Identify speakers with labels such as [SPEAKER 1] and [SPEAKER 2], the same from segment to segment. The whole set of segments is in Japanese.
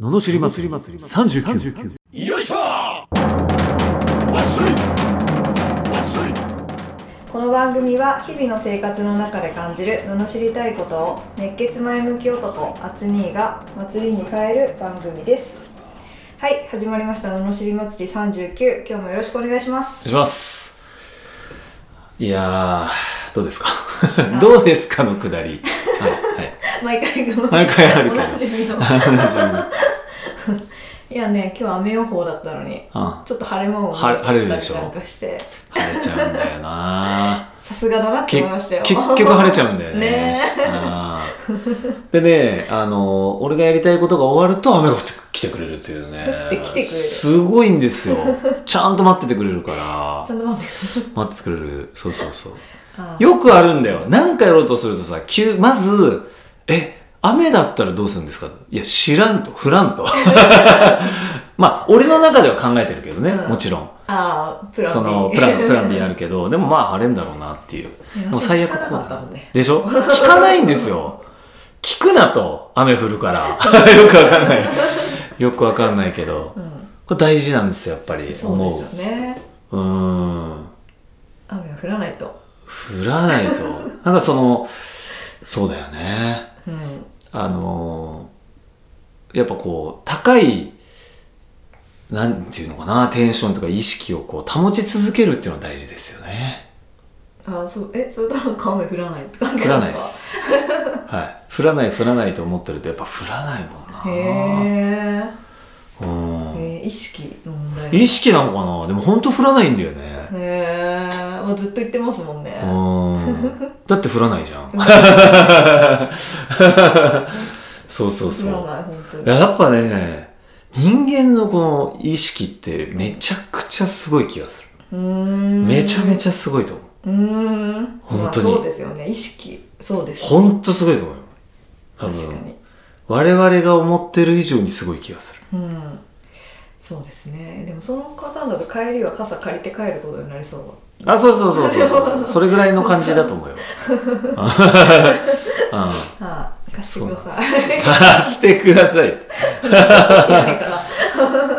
[SPEAKER 1] ののしり祭り39
[SPEAKER 2] よいしょわっしょいわっしょい
[SPEAKER 3] この番組は日々の生活の中で感じる罵りたいことを熱血前向き男アツニーが祭りに変える番組ですはい始まりました罵り祭り39今日もよろしくお願いしま
[SPEAKER 2] お
[SPEAKER 3] す
[SPEAKER 2] 願いしますいやーどうですかどうですかのくだり はい
[SPEAKER 3] 毎回この
[SPEAKER 2] 毎回あるけど
[SPEAKER 3] おなじみの
[SPEAKER 2] はい
[SPEAKER 3] いやね今日雨予報だったのに
[SPEAKER 2] うん
[SPEAKER 3] ちょっと晴れ間を
[SPEAKER 2] 晴れ晴れるでしょ
[SPEAKER 3] なんかして
[SPEAKER 2] 晴れちゃうんだよな
[SPEAKER 3] さすがだなって
[SPEAKER 2] け
[SPEAKER 3] 思いましたよ
[SPEAKER 2] 結局晴れちゃうんだよね
[SPEAKER 3] ね
[SPEAKER 2] あーでねあの俺がやりたいことが終わると雨が降って来てくれるっていうね
[SPEAKER 3] 降ってきてくれる
[SPEAKER 2] すごいんですよちゃんと待っててくれるから
[SPEAKER 3] ちゃんと待って
[SPEAKER 2] 待ってくれるそうそうそう
[SPEAKER 3] あ
[SPEAKER 2] よくあるんだよ何かやろうとするとさ急まず「え雨だったらどうするんですか?」いや知らんと降らん とまあ俺の中では考えてるけどね、
[SPEAKER 3] うん
[SPEAKER 2] もちろん
[SPEAKER 3] あープラン
[SPEAKER 2] その
[SPEAKER 3] B
[SPEAKER 2] プランプラン B あるけどでもまあ晴れんだろうなっていう
[SPEAKER 3] いや
[SPEAKER 2] でも最悪
[SPEAKER 3] 私も聞か
[SPEAKER 2] こう
[SPEAKER 3] なかった
[SPEAKER 2] だ
[SPEAKER 3] もんね
[SPEAKER 2] でし ょ聞かないんですよ聞くなと雨降るから よくわかんないよくわかんないけど、これ大事なんですよやっぱり
[SPEAKER 3] そ
[SPEAKER 2] 思
[SPEAKER 3] う
[SPEAKER 2] う
[SPEAKER 3] ですよね
[SPEAKER 2] うーん
[SPEAKER 3] 雨が降らないと
[SPEAKER 2] 降らないとなんかそのそうだよね
[SPEAKER 3] うん
[SPEAKER 2] あのーやっぱこう高いなんていうのかなテンションとか意識をこう保ち続けるっていうのは大事ですよね
[SPEAKER 3] あそうえそれとなんか雨降らないって関係
[SPEAKER 2] 降ら
[SPEAKER 3] ある
[SPEAKER 2] なんいで
[SPEAKER 3] です
[SPEAKER 2] すはい降らない降らないと思ってるとやっぱ降らないもん
[SPEAKER 3] か
[SPEAKER 2] な
[SPEAKER 3] へえ
[SPEAKER 2] うん
[SPEAKER 3] 意識の問題
[SPEAKER 2] 意識なのかなでも本当降らないんだよね
[SPEAKER 3] へえもうずっと言ってますもんね
[SPEAKER 2] うんだって降らないじゃん そうそう
[SPEAKER 3] 降
[SPEAKER 2] そう
[SPEAKER 3] らない本当
[SPEAKER 2] い
[SPEAKER 3] に
[SPEAKER 2] ややっぱね人間のこの意識ってめちゃくちゃすごい気がする、
[SPEAKER 3] うーん
[SPEAKER 2] めちゃめちゃすごいと思う
[SPEAKER 3] うーん
[SPEAKER 2] 本当に
[SPEAKER 3] まあそうですよね意識そうです
[SPEAKER 2] ほんとすごいと思うよ多
[SPEAKER 3] 確か
[SPEAKER 2] 分
[SPEAKER 3] に
[SPEAKER 2] 我々が思ってる以上にすごい気がする
[SPEAKER 3] うんそうですねでもそのパターンだと帰りは傘借りて帰ることになりそう
[SPEAKER 2] あそうそうそうそうそうそれぐらいの感じだと思う よあ
[SPEAKER 3] ああ貸してくださ
[SPEAKER 2] う
[SPEAKER 3] い
[SPEAKER 2] ん貸してください
[SPEAKER 3] ない か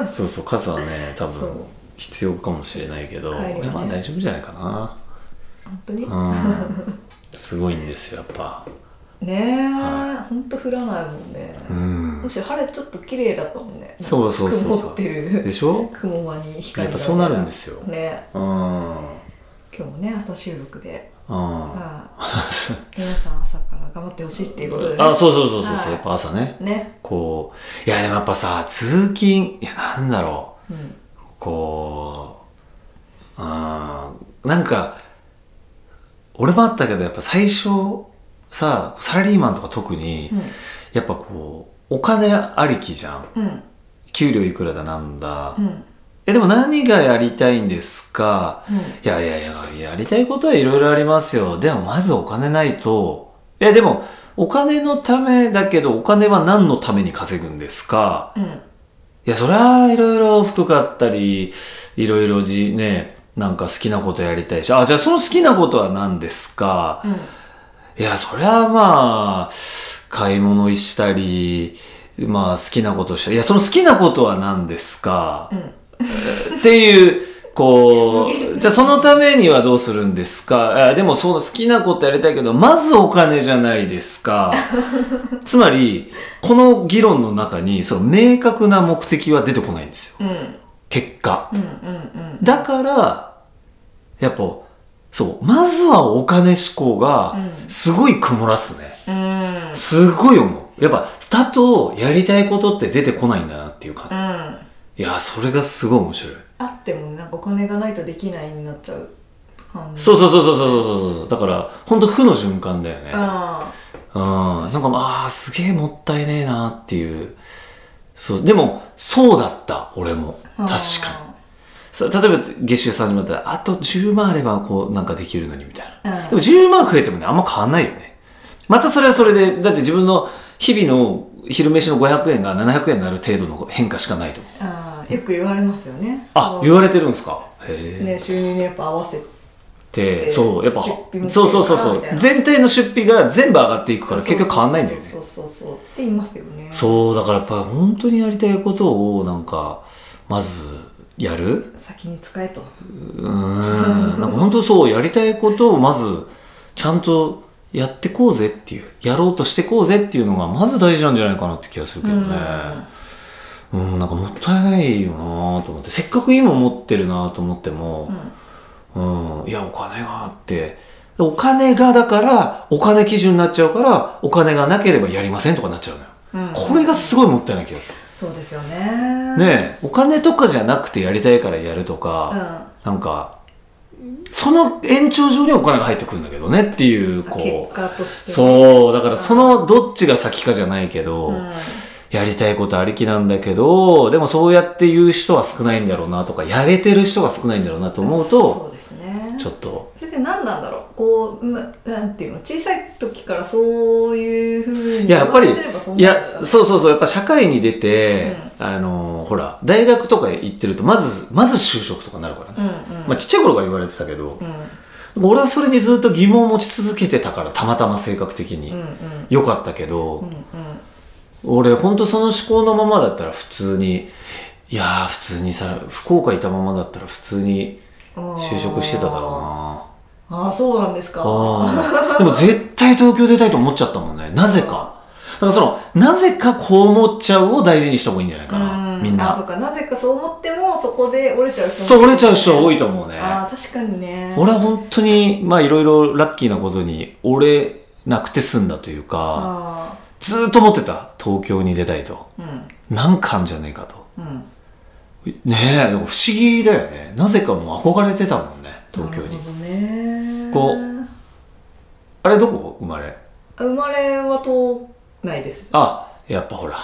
[SPEAKER 3] ら
[SPEAKER 2] そうそう傘はね多
[SPEAKER 3] そう
[SPEAKER 2] 分必要かもしれないけど、
[SPEAKER 3] 帰りはね
[SPEAKER 2] まあ大丈夫じゃないかな
[SPEAKER 3] 本当に
[SPEAKER 2] うんすごいんですよやっぱ
[SPEAKER 3] ねえ本当降らないもんね
[SPEAKER 2] うん
[SPEAKER 3] むしろ晴れちょっと綺麗だったもんね
[SPEAKER 2] そうそうそうそう
[SPEAKER 3] 曇って
[SPEAKER 2] で
[SPEAKER 3] る
[SPEAKER 2] しょ
[SPEAKER 3] 雲間に光
[SPEAKER 2] や
[SPEAKER 3] が
[SPEAKER 2] っぱそうなるんですよ。
[SPEAKER 3] ね
[SPEAKER 2] うん。うん。
[SPEAKER 3] 今日もね朝収録で、
[SPEAKER 2] あ、
[SPEAKER 3] まあ、皆さん朝から頑張ってほしいっていうことでね
[SPEAKER 2] そうそうそうそうそう、
[SPEAKER 3] はい
[SPEAKER 2] やっぱ朝ね。
[SPEAKER 3] ね
[SPEAKER 2] こう、いやでもやっぱさ、通勤、いやなんだろ
[SPEAKER 3] うん
[SPEAKER 2] う、こう、あーなんか、俺もあったけど、やっぱ最初、さ、サラリーマンとか特に、やっぱこう、お金ありきじゃん。
[SPEAKER 3] うんうん
[SPEAKER 2] 給料いくらだなんだ。
[SPEAKER 3] うん
[SPEAKER 2] え、でも何がやりたいんですか
[SPEAKER 3] うん
[SPEAKER 2] いやいやいや、やりたいことはいろいろありますよ。でもまずお金ないと。いやでも、お金のためだけど、お金は何のために稼ぐんですか
[SPEAKER 3] うん
[SPEAKER 2] いや、そりゃいろいろ服買ったり、いろいろじ、ね、なんか好きなことやりたいし、あ、じゃあその好きなことは何ですか
[SPEAKER 3] うん
[SPEAKER 2] いや、そりゃまあ、買い物したり、まあ好きなことしたり、いや、その好きなことは何ですか
[SPEAKER 3] うん
[SPEAKER 2] っていう、こう、じゃあそのためにはどうするんですかあでもそう、好きなことやりたいけど、まずお金じゃないです か。つまり、この議論の中に、その明確な目的は出てこないんですよ。
[SPEAKER 3] うん
[SPEAKER 2] 結果。
[SPEAKER 3] うんうん
[SPEAKER 2] だから、やっぱ、そう、まずはお金思考が
[SPEAKER 3] う、ん
[SPEAKER 2] すごい曇らすね。
[SPEAKER 3] うんうん
[SPEAKER 2] すごい思う。やっぱ、だと、やりたいことって出てこないんだなっていう感
[SPEAKER 3] うん
[SPEAKER 2] じ。いや、それがすごい面白い。
[SPEAKER 3] あってもなんかお金がないとできないになっちゃう感じ
[SPEAKER 2] そううそうそうそうそうそうそうだから本当負の循環だよねうん
[SPEAKER 3] あ
[SPEAKER 2] なんかああーすげえもったいねえなっていうそうでもそうだった俺も
[SPEAKER 3] あ
[SPEAKER 2] 確かにそう例えば月収30万だったらあと10万あればこうなんかできるのにみたいな、
[SPEAKER 3] うん
[SPEAKER 2] でも10万増えてもねあんま変わんないよねまたそれはそれでだって自分の日々の昼飯の500円が700円になる程度の変化しかないと思う
[SPEAKER 3] ああよく言われますよね
[SPEAKER 2] あ
[SPEAKER 3] そう
[SPEAKER 2] 言われてるんですかへえ、
[SPEAKER 3] ね収入にやっぱ合わせ
[SPEAKER 2] ってそうやっぱ
[SPEAKER 3] 出費も
[SPEAKER 2] そうそうそうそ
[SPEAKER 3] みたいうな
[SPEAKER 2] 全体の出費が全部上がっていくから結局変わんないんだよね
[SPEAKER 3] そうそうそうそうって言いますよね
[SPEAKER 2] そうだからやっぱり本当にやりたいことをなんかまずやる
[SPEAKER 3] 先に使えと
[SPEAKER 2] うーんなんか本当そうやりたいことをまずちゃんとやってこうぜっていうやろうとしてこうぜっていうのがまず大事なんじゃないかなって気がするけどねうんなんかもったいないよなと思ってせっかく今持ってるなと思っても、
[SPEAKER 3] うん
[SPEAKER 2] うん、いや、お金があって。お金がだから、お金基準になっちゃうから、お金がなければやりませんとかなっちゃうのよ。
[SPEAKER 3] うん
[SPEAKER 2] これがすごいもったいない気がす
[SPEAKER 3] そうですよね
[SPEAKER 2] る。ねえ、お金とかじゃなくてやりたいからやるとか、
[SPEAKER 3] う
[SPEAKER 2] なんか、その延長上にお金が入ってくるんだけどねっていう、
[SPEAKER 3] ん、
[SPEAKER 2] こ
[SPEAKER 3] 結果として
[SPEAKER 2] う。
[SPEAKER 3] う、
[SPEAKER 2] そう、だからそのどっちが先かじゃないけど、
[SPEAKER 3] うん、
[SPEAKER 2] やりたいことありきなんだけど、でもそうやって言う人は少ないんだろうなとか、やれてる人が少ないんだろうなと思うと、
[SPEAKER 3] そうですね
[SPEAKER 2] ちょっと
[SPEAKER 3] それって何なんだろうこう、ま、なんていうの小さい時からそういうふうに
[SPEAKER 2] いややっぱり
[SPEAKER 3] 学んでればそう
[SPEAKER 2] い
[SPEAKER 3] なる
[SPEAKER 2] や
[SPEAKER 3] んですかね
[SPEAKER 2] そうそうそうやっぱ社会に出て、あのーほら大学とか行ってるとまずまず就職とかなるからね、
[SPEAKER 3] うんうん
[SPEAKER 2] まあ、ちっちゃい頃から言われてたけど
[SPEAKER 3] う、ん
[SPEAKER 2] 俺はそれにずっと疑問を持ち続けてたからたまたま性格的
[SPEAKER 3] うんう
[SPEAKER 2] に
[SPEAKER 3] ん
[SPEAKER 2] 良、かったけど、
[SPEAKER 3] うんうん
[SPEAKER 2] 俺ほんとその思考のままだったら普通にいやー普通にさ福岡いたままだったら普通に就職してただろうな
[SPEAKER 3] あーあーそうなんですか
[SPEAKER 2] あーでも絶対東京出たいと思っちゃったもんね。なぜか。だからその、なぜかこう思っちゃうを大事にした方がいいんじゃないかな。
[SPEAKER 3] うん
[SPEAKER 2] みん
[SPEAKER 3] あそ
[SPEAKER 2] な。
[SPEAKER 3] うかなぜかそう思ってもそこで折れちゃう人
[SPEAKER 2] そう、折れちゃう人多
[SPEAKER 3] い
[SPEAKER 2] いと思うね。
[SPEAKER 3] ああ確かにね
[SPEAKER 2] 俺は本当に、まあいろいろラッキーなことに、折れなくて済んだというか、
[SPEAKER 3] あ
[SPEAKER 2] ずーっと思ってた。東京に出たいと。
[SPEAKER 3] あうん
[SPEAKER 2] なんかあんじゃねえかと。
[SPEAKER 3] うん
[SPEAKER 2] ねえ、でも不思議だよね。なぜかもう憧れてたもんね、東京に
[SPEAKER 3] な。るほどね
[SPEAKER 2] こあれどこ生まれ。
[SPEAKER 3] あ生まれは東ないです
[SPEAKER 2] あ、やっぱほら。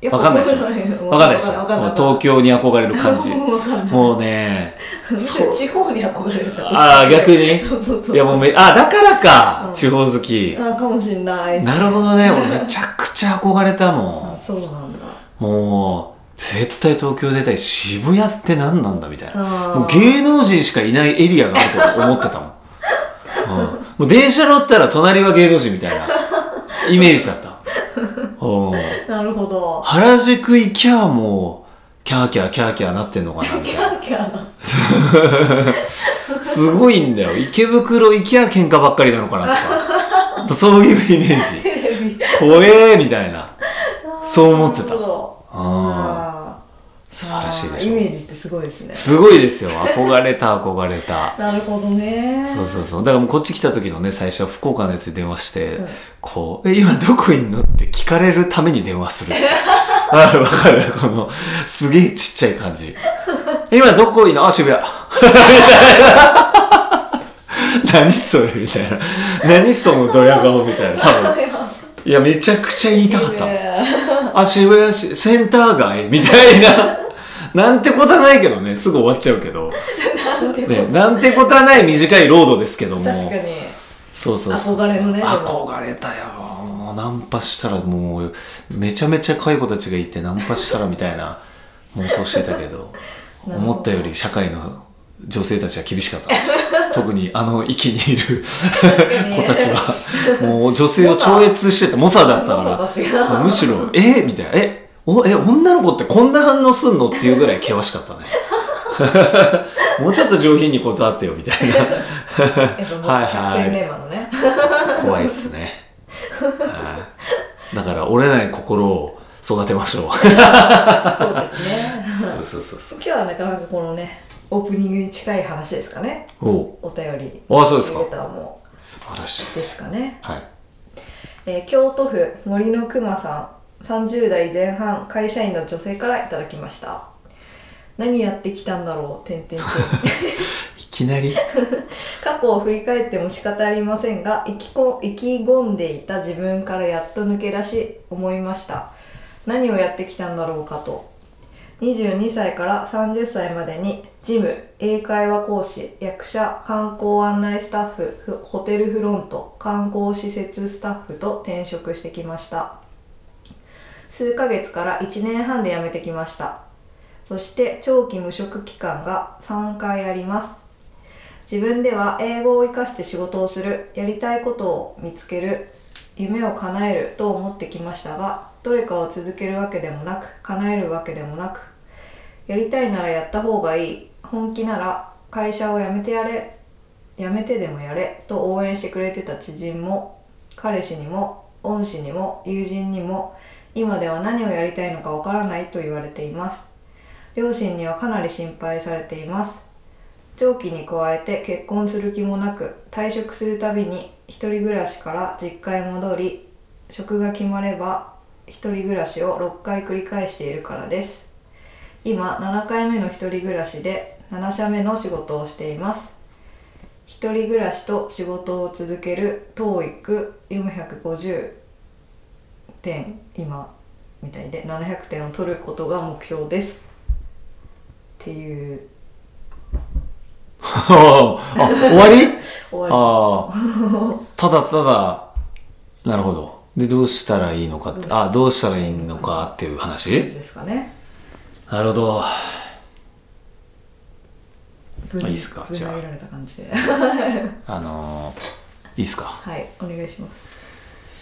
[SPEAKER 3] やっぱ
[SPEAKER 2] わかんないでしょ。わかんないでしょ。
[SPEAKER 3] わかん
[SPEAKER 2] も
[SPEAKER 3] な
[SPEAKER 2] う
[SPEAKER 3] い
[SPEAKER 2] 東京に憧れる感 じ。
[SPEAKER 3] わかんない
[SPEAKER 2] もうね、
[SPEAKER 3] むしろ地方に憧れる
[SPEAKER 2] ああ、逆に。
[SPEAKER 3] そうそうそう
[SPEAKER 2] いやもうめ、あ、だからか、
[SPEAKER 3] うん
[SPEAKER 2] 地方好き。
[SPEAKER 3] あかもしんない
[SPEAKER 2] なるほどね、俺めちゃくちゃ憧れたも
[SPEAKER 3] あそうなんだ
[SPEAKER 2] ん。もう、絶対東京出たい。渋谷って何なんだみたいな。
[SPEAKER 3] あー
[SPEAKER 2] もう芸能人しかいないエリアがあると思ってたもん。うん、もう電車乗ったら隣は芸能人みたいなイメージだった。うん
[SPEAKER 3] なるほど
[SPEAKER 2] 原宿行きゃもう、キャーキャーキャーキャーなってんのかなみた
[SPEAKER 3] キ
[SPEAKER 2] い
[SPEAKER 3] ャーキャーな
[SPEAKER 2] な。すごいんだよ。池袋行きゃ喧嘩ばっかりなのかなとか。そういうイメージ。
[SPEAKER 3] テレビ
[SPEAKER 2] 怖えみたいな。そう思ってた
[SPEAKER 3] なるほど
[SPEAKER 2] うん。
[SPEAKER 3] あー
[SPEAKER 2] 素晴らしいで
[SPEAKER 3] あーイメ
[SPEAKER 2] しょ。
[SPEAKER 3] ージってすごいですね
[SPEAKER 2] すごいですよ。憧れた、憧れた。
[SPEAKER 3] なるほどね
[SPEAKER 2] そうそうそう。だからもうこっち来た時のね、最初は福岡のやつに電話して、
[SPEAKER 3] うん
[SPEAKER 2] こう、え、今どこいんのって聞かれるために電話する。 あるわかる。この、すげえちっちゃい感じ。え今どこいんのあ、渋谷。みたいな。何それみたいな。何そのドヤ顔みたいな。多 分。いや、めちゃくちゃ言いたかった。あ、渋谷市、センター街みたいな。なんてことはないけどね。すぐ終わっちゃうけど。ね、なんてことはない短いロードですけども。
[SPEAKER 3] 確かに
[SPEAKER 2] そうそうそう。
[SPEAKER 3] 憧れのねでも
[SPEAKER 2] 憧れたよ。もうナンパしたらもう、めちゃめちゃ可愛い子たちがいてナンパしたらみたい な妄想してたけど、
[SPEAKER 3] なるほど
[SPEAKER 2] 思ったより社会の女性たちは厳しかった。特にあの域にいる
[SPEAKER 3] かに
[SPEAKER 2] 子たち は、もう女性を超越してて、モサだったから。
[SPEAKER 3] 猛者たちが
[SPEAKER 2] むしろ、えみたいな、えおえ、女の子ってこんな反応すんのっていうぐらい険しかった ね。 もうちょっと上品に断ってよ、みたいな。
[SPEAKER 3] えっと
[SPEAKER 2] はいはい
[SPEAKER 3] 百戦錬磨のね
[SPEAKER 2] 怖いっすね。はいだから、折れない心を育てましょう。
[SPEAKER 3] そうですね
[SPEAKER 2] そう そうそうそう。
[SPEAKER 3] 今日はなかなかこのねオープニングに近い話ですかね
[SPEAKER 2] お
[SPEAKER 3] お便り
[SPEAKER 2] あそうですか
[SPEAKER 3] レターも
[SPEAKER 2] 素晴らしい。
[SPEAKER 3] ですかね、
[SPEAKER 2] はい。
[SPEAKER 3] えー京都府森のくまさん30代前半会社員の女性からいただきました何やってきたんだろう点々と
[SPEAKER 2] いきなり、
[SPEAKER 3] 過去を振り返っても仕方ありませんが意気こ意気込んでいた自分からやっと抜け出し思いました何をやってきたんだろうかと22歳から30歳までにジム英会話講師役者観光案内スタッフふホテルフロント観光施設スタッフと転職してきました数ヶ月から1年半で辞めてきましたそして長期無職期間が3回あります自分では英語を活かして仕事をするやりたいことを見つける夢を叶えると思ってきましたがどれかを続けるわけでもなく叶えるわけでもなくやりたいならやった方がいい本気なら会社を辞めてやれ辞めてでもやれと応援してくれてた知人も彼氏にも恩師にも友人にも今では何をやりたいのかわからないと言われています両親にはかなり心配されています長期に加えて結婚する気もなく退職するたびに一人暮らしから実家へ戻り職が決まれば一人暮らしを6回繰り返しているからです今7回目の一人暮らしで7社目の仕事をしています一人暮らしと仕事を続ける TOEIC450 点今みたいで700点を取ることが目標ですっていう
[SPEAKER 2] あ、終わり
[SPEAKER 3] 終わります
[SPEAKER 2] ああ、ただただ、なるほど。で、どうしたらいいのかって、あどうしたらいいのかっていう話
[SPEAKER 3] 感じですかね
[SPEAKER 2] なるほど。
[SPEAKER 3] ぶん
[SPEAKER 2] あいいっすか
[SPEAKER 3] ぶん
[SPEAKER 2] じゃあ
[SPEAKER 3] 投げられた感じで
[SPEAKER 2] あのー、いいっすか。
[SPEAKER 3] はいお願いします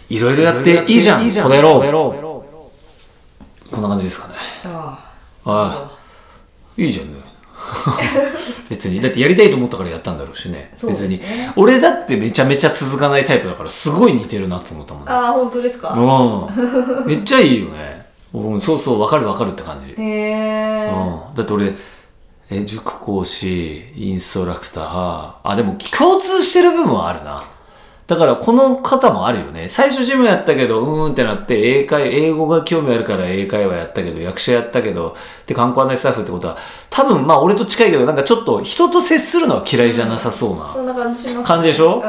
[SPEAKER 2] いろいろやっていいじゃん、この野郎。こんな感じですかね。
[SPEAKER 3] あ
[SPEAKER 2] あ
[SPEAKER 3] あ
[SPEAKER 2] あ、いいじゃんね。 別に。だってやりたいと思ったからやったんだろうしね。
[SPEAKER 3] そうです
[SPEAKER 2] 別
[SPEAKER 3] ね
[SPEAKER 2] に。俺だってめちゃめちゃ続かないタイプだから、すごい似てるなと思ったもんね。
[SPEAKER 3] ああ本当ですか
[SPEAKER 2] うん。めっちゃいいよ ね。うん、そうそう、わかるわかるって感じ。
[SPEAKER 3] へえ
[SPEAKER 2] うん、だって俺え塾講師インストラクターあでも共通してる部分はあるなだからこの方もあるよね最初ジムやったけどうーんってなって英会英語が興味あるから英会話やったけど役者やったけどで観光案内スタッフってことは多分まあ俺と近いけどなんかちょっと人と接するのは嫌いじゃなさそうな
[SPEAKER 3] そんな感じします
[SPEAKER 2] 感じでし
[SPEAKER 3] う
[SPEAKER 2] ょ、
[SPEAKER 3] んう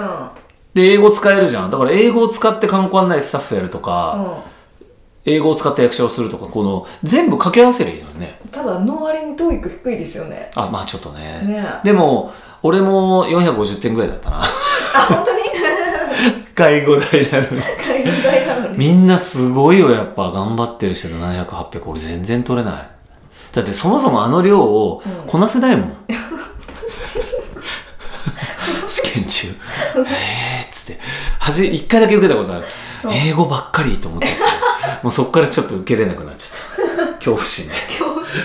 [SPEAKER 2] で英語使えるじゃんだから英語を使って観光案内スタッフやるとか、
[SPEAKER 3] ん
[SPEAKER 2] 英語を使って役者をするとかこの全部掛け合わせりゃいいのにね
[SPEAKER 3] ただの割に TOEIC 低いですよね
[SPEAKER 2] あまあちょっとね
[SPEAKER 3] ね
[SPEAKER 2] でも、俺も450点ぐらいだったな。
[SPEAKER 3] あ本当に
[SPEAKER 2] 介護代なのに。
[SPEAKER 3] 海外なのに
[SPEAKER 2] みんなすごいよ、やっぱ。頑張ってる人で700、800。俺全然取れない。だってそもそもあの量を
[SPEAKER 3] うん
[SPEAKER 2] こなせ ないもん。試験中。えーっつって。はじ、一回だけ受けたことある。英語ばっかりと思っちゃって。もうそっからちょっと受けれなくなっちゃ った。恐怖心ね。
[SPEAKER 3] 恐怖心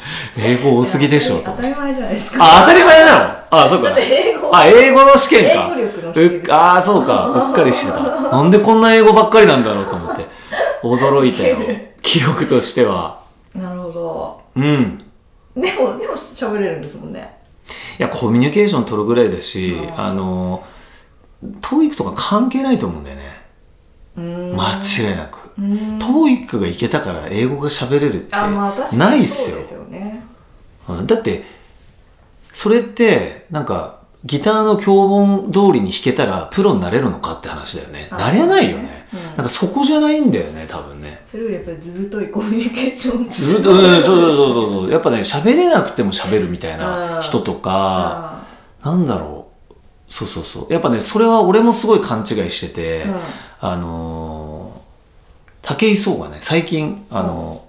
[SPEAKER 2] 英語多すぎでしょ、と
[SPEAKER 3] 当
[SPEAKER 2] 思ったて。
[SPEAKER 3] り前じゃないですか
[SPEAKER 2] あ、当たり前なのあ、そっか。
[SPEAKER 3] だって英語
[SPEAKER 2] あ、英語の試験か。
[SPEAKER 3] 英語力の試験です
[SPEAKER 2] うああ、そうか。 ばっかりしてた。なんでこんな英語ばっかりなんだろうと思って。驚いた よ。記憶としては。
[SPEAKER 3] なるほど
[SPEAKER 2] うん。
[SPEAKER 3] でもでも喋れるんですもんね
[SPEAKER 2] いや、コミュニケーション取るぐらいだし、
[SPEAKER 3] うん
[SPEAKER 2] あの、TOEIC とか関係ないと思うんだよね。
[SPEAKER 3] うーん
[SPEAKER 2] 間違いなく。
[SPEAKER 3] うーん
[SPEAKER 2] TOEIC がいけたから英語が喋れるって
[SPEAKER 3] あまあ確かに
[SPEAKER 2] ないっす
[SPEAKER 3] そう
[SPEAKER 2] よ
[SPEAKER 3] で。すよね
[SPEAKER 2] うんだって、それって、なんか、ギターの教本通りに弾けたらプロになれるのかって話だよね。
[SPEAKER 3] あ
[SPEAKER 2] なれないよね。
[SPEAKER 3] うん
[SPEAKER 2] なんかそこじゃないんだよね、多分ね。
[SPEAKER 3] それよりやっぱりずぶといコミュニケーション
[SPEAKER 2] ずっと、うん、そうそうそうそうそう。やっぱね、喋れなくても喋るみたい
[SPEAKER 3] あー
[SPEAKER 2] な人とか、
[SPEAKER 3] あ
[SPEAKER 2] なんだろう。そうそうそう。やっぱね、それは俺もすごい勘違いしてて、
[SPEAKER 3] うん
[SPEAKER 2] あのー、武井壮がね、最近、あの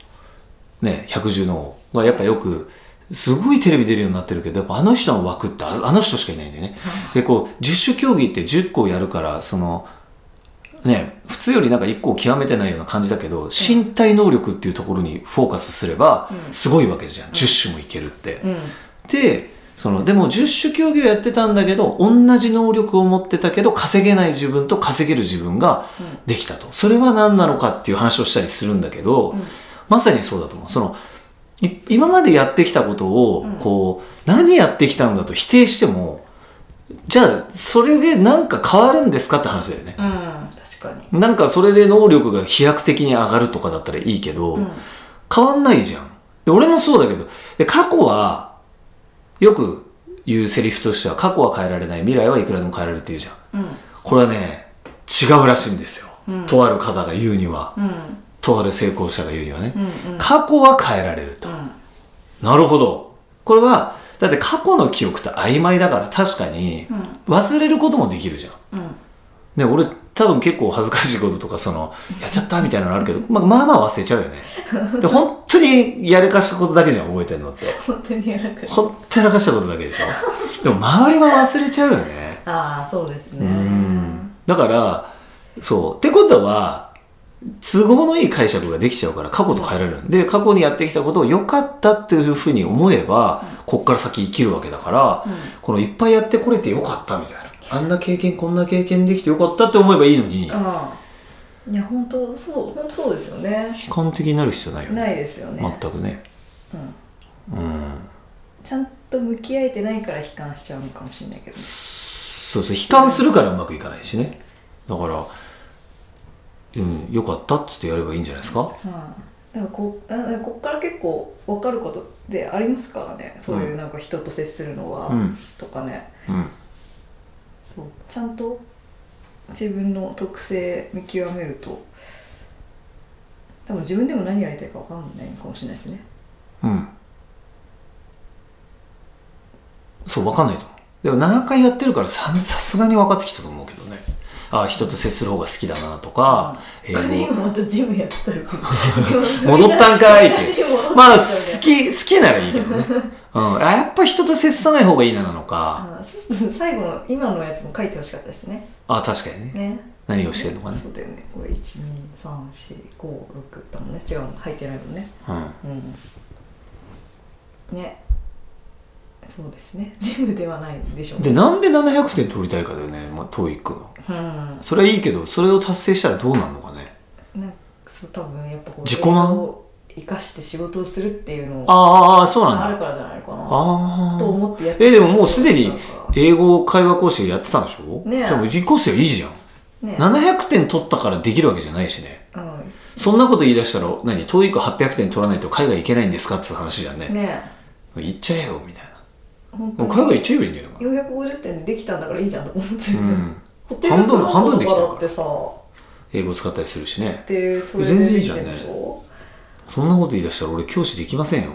[SPEAKER 2] ーね、百獣の王がやっぱよく、すごいテレビ出るようになってるけど、やっぱあの人の枠ってああの人しかいないんだよね。で、こう、十種競技って10個やるから、その、ね、普通よりなんか1個を極めてないような感じだけど、身体能力っていうところにフォーカスすれば、すごいわけじゃん。10種もいけるって。
[SPEAKER 3] うん
[SPEAKER 2] でそのでも10種競技をやってたんだけど同じ能力を持ってたけど稼げない自分と稼げる自分ができたと、それは何なのかっていう話をしたりするんだけど、まさにそうだと思うそのい今までやってきたことをこう、何やってきたんだと否定してもじゃあそれで何か変わるんですかって話だよね。
[SPEAKER 3] うん確かに
[SPEAKER 2] なんかそれで能力が飛躍的に上がるとかだったらいいけど、
[SPEAKER 3] うん
[SPEAKER 2] 変わんないじゃん。で、俺もそうだけど、で、過去は、よく言うセリフとしては、過去は変えられない、未来はいくらでも変えられるって言うじゃん。
[SPEAKER 3] うん
[SPEAKER 2] これはね、違うらしいんですよ。
[SPEAKER 3] うん
[SPEAKER 2] とある方が言うには、
[SPEAKER 3] うん
[SPEAKER 2] とある成功者が言うにはね、
[SPEAKER 3] うん
[SPEAKER 2] 過去は変えられると。なるほど。これは、だって過去の記憶って曖昧だから確かに、
[SPEAKER 3] うん
[SPEAKER 2] 忘れることもできるじゃん。
[SPEAKER 3] うん
[SPEAKER 2] ね、俺、多分結構恥ずかしいこととかそのやっちゃったみたいなのあるけど、まあ、まあまあ忘れちゃうよ ねで本当にやらかしたことだけじゃん覚えてるのって
[SPEAKER 3] 本当にやらかし
[SPEAKER 2] ほんとやらかしたことだけでしょでも周りは忘れちゃうよね
[SPEAKER 3] ああそうです
[SPEAKER 2] う
[SPEAKER 3] ね
[SPEAKER 2] んだからそうってことは都合のいい解釈ができちゃうから過去と変えられるで過去にやってきたことを良かったっていうふうに思えばこっから先生きるわけだから、
[SPEAKER 3] うん
[SPEAKER 2] このいっぱいやってこれて良かったみたいなあんな経験こんな経験できて良かったって思えばいいのに、
[SPEAKER 3] ああいや本当そう本当そうですよね
[SPEAKER 2] 悲観的になる必要ないよね
[SPEAKER 3] ないですよね、
[SPEAKER 2] 全くね
[SPEAKER 3] うん、
[SPEAKER 2] うん
[SPEAKER 3] ちゃんと向き合えてないから悲観しちゃうのかもしれないけどね
[SPEAKER 2] そうそう悲観するからうまくいかないしねだからうん良かったっつってやればいいんじゃないですか
[SPEAKER 3] はいだからこうあこっから結構分かることでありますからねそういうなんか人と接するのは、
[SPEAKER 2] うん
[SPEAKER 3] とかね
[SPEAKER 2] うん
[SPEAKER 3] そうちゃんと自分の特性見極めると多分自分でも何やりたいか分かんないかもしれないですね
[SPEAKER 2] うん。そう、わかんないと思う。でも7回やってるからささすがに分かってきたと思うけどね。あ人と接する方が好きだなとか、英
[SPEAKER 3] これで
[SPEAKER 2] 語。
[SPEAKER 3] 今またジムやってたら
[SPEAKER 2] 戻ったんかいってまあ、好
[SPEAKER 3] き
[SPEAKER 2] き、好きならいいけどね。うん。あ、やっぱ人と接さない方がいいななのか。
[SPEAKER 3] あそうすると最後の今のやつも書いてほしかったですね
[SPEAKER 2] あ、確かにね。
[SPEAKER 3] ね
[SPEAKER 2] 何をしてるのかね。
[SPEAKER 3] そうだよねこれ12345だもんね違うもん入ってないもんね
[SPEAKER 2] うん。
[SPEAKER 3] うんねそうですねジムではないでしょうね
[SPEAKER 2] で、なんで700点取りたいかだよね、まあ、トーイックの。
[SPEAKER 3] うん
[SPEAKER 2] それはいいけど、それを達成したらどうなるのかね。
[SPEAKER 3] なんかそう多分やっぱこう
[SPEAKER 2] 自己満
[SPEAKER 3] 英語を生かして仕事をするっていうの
[SPEAKER 2] あ
[SPEAKER 3] が
[SPEAKER 2] あああ、そうなん
[SPEAKER 3] あ
[SPEAKER 2] だ。
[SPEAKER 3] るからじゃないのかな
[SPEAKER 2] ああ。
[SPEAKER 3] と思ってやって
[SPEAKER 2] えでももうすでに
[SPEAKER 3] なんか
[SPEAKER 2] 英語会話講師やってたんでしょ
[SPEAKER 3] ねえ
[SPEAKER 2] でも受講生はいいじゃん、
[SPEAKER 3] ね
[SPEAKER 2] 700点取ったからできるわけじゃないしね
[SPEAKER 3] う
[SPEAKER 2] そんなこと言い出したら何 TOEIC800 点取らないと海外行けないんですかって話じゃんね
[SPEAKER 3] んね
[SPEAKER 2] 行っちゃえよみたいな
[SPEAKER 3] 本
[SPEAKER 2] も
[SPEAKER 3] 当
[SPEAKER 2] う
[SPEAKER 3] に
[SPEAKER 2] 海外行っちゃえばいいんじゃないか
[SPEAKER 3] 450点でできたんだからいいじゃんと思っち
[SPEAKER 2] な
[SPEAKER 3] ゃう
[SPEAKER 2] う
[SPEAKER 3] よね
[SPEAKER 2] ん
[SPEAKER 3] ホテルの
[SPEAKER 2] 半分半分できたから
[SPEAKER 3] だってさ
[SPEAKER 2] 英語使ったりするしね
[SPEAKER 3] でそれで
[SPEAKER 2] 全然いい
[SPEAKER 3] で
[SPEAKER 2] じ
[SPEAKER 3] き
[SPEAKER 2] ゃん
[SPEAKER 3] て
[SPEAKER 2] ね
[SPEAKER 3] んでしょ
[SPEAKER 2] そんなこと言い出したら俺教師できませんよ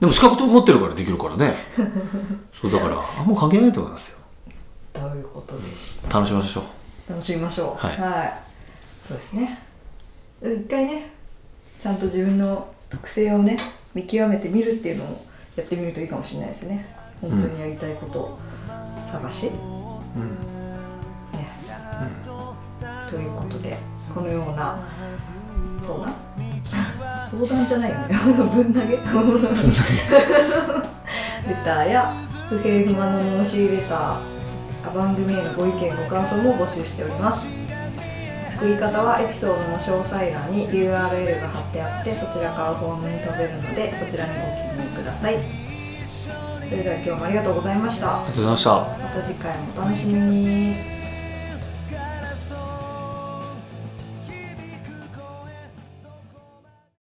[SPEAKER 2] でも資格持ってるからできるから ねそうだからあんま関係ないと思いますよ
[SPEAKER 3] ということでした
[SPEAKER 2] 楽しみましょう
[SPEAKER 3] 楽しみましょう
[SPEAKER 2] はい
[SPEAKER 3] そうですね一回ねちゃんと自分の特性をね見極めてみるっていうのをやってみるといいかもしれないですね本当にやりたいことを探し、
[SPEAKER 2] うん
[SPEAKER 3] ねということでこのような相談相談じゃないよね ぶん投げレターや不平不満の申し入れレター番組へのご意見ご感想も募集しております送り方はエピソードの詳細欄に URL が貼ってあってそちらからフォームに飛べるのでそちらにご記入くださいそれでは今日もありがとうございました
[SPEAKER 2] ありがとうございました
[SPEAKER 3] また次回もお楽しみに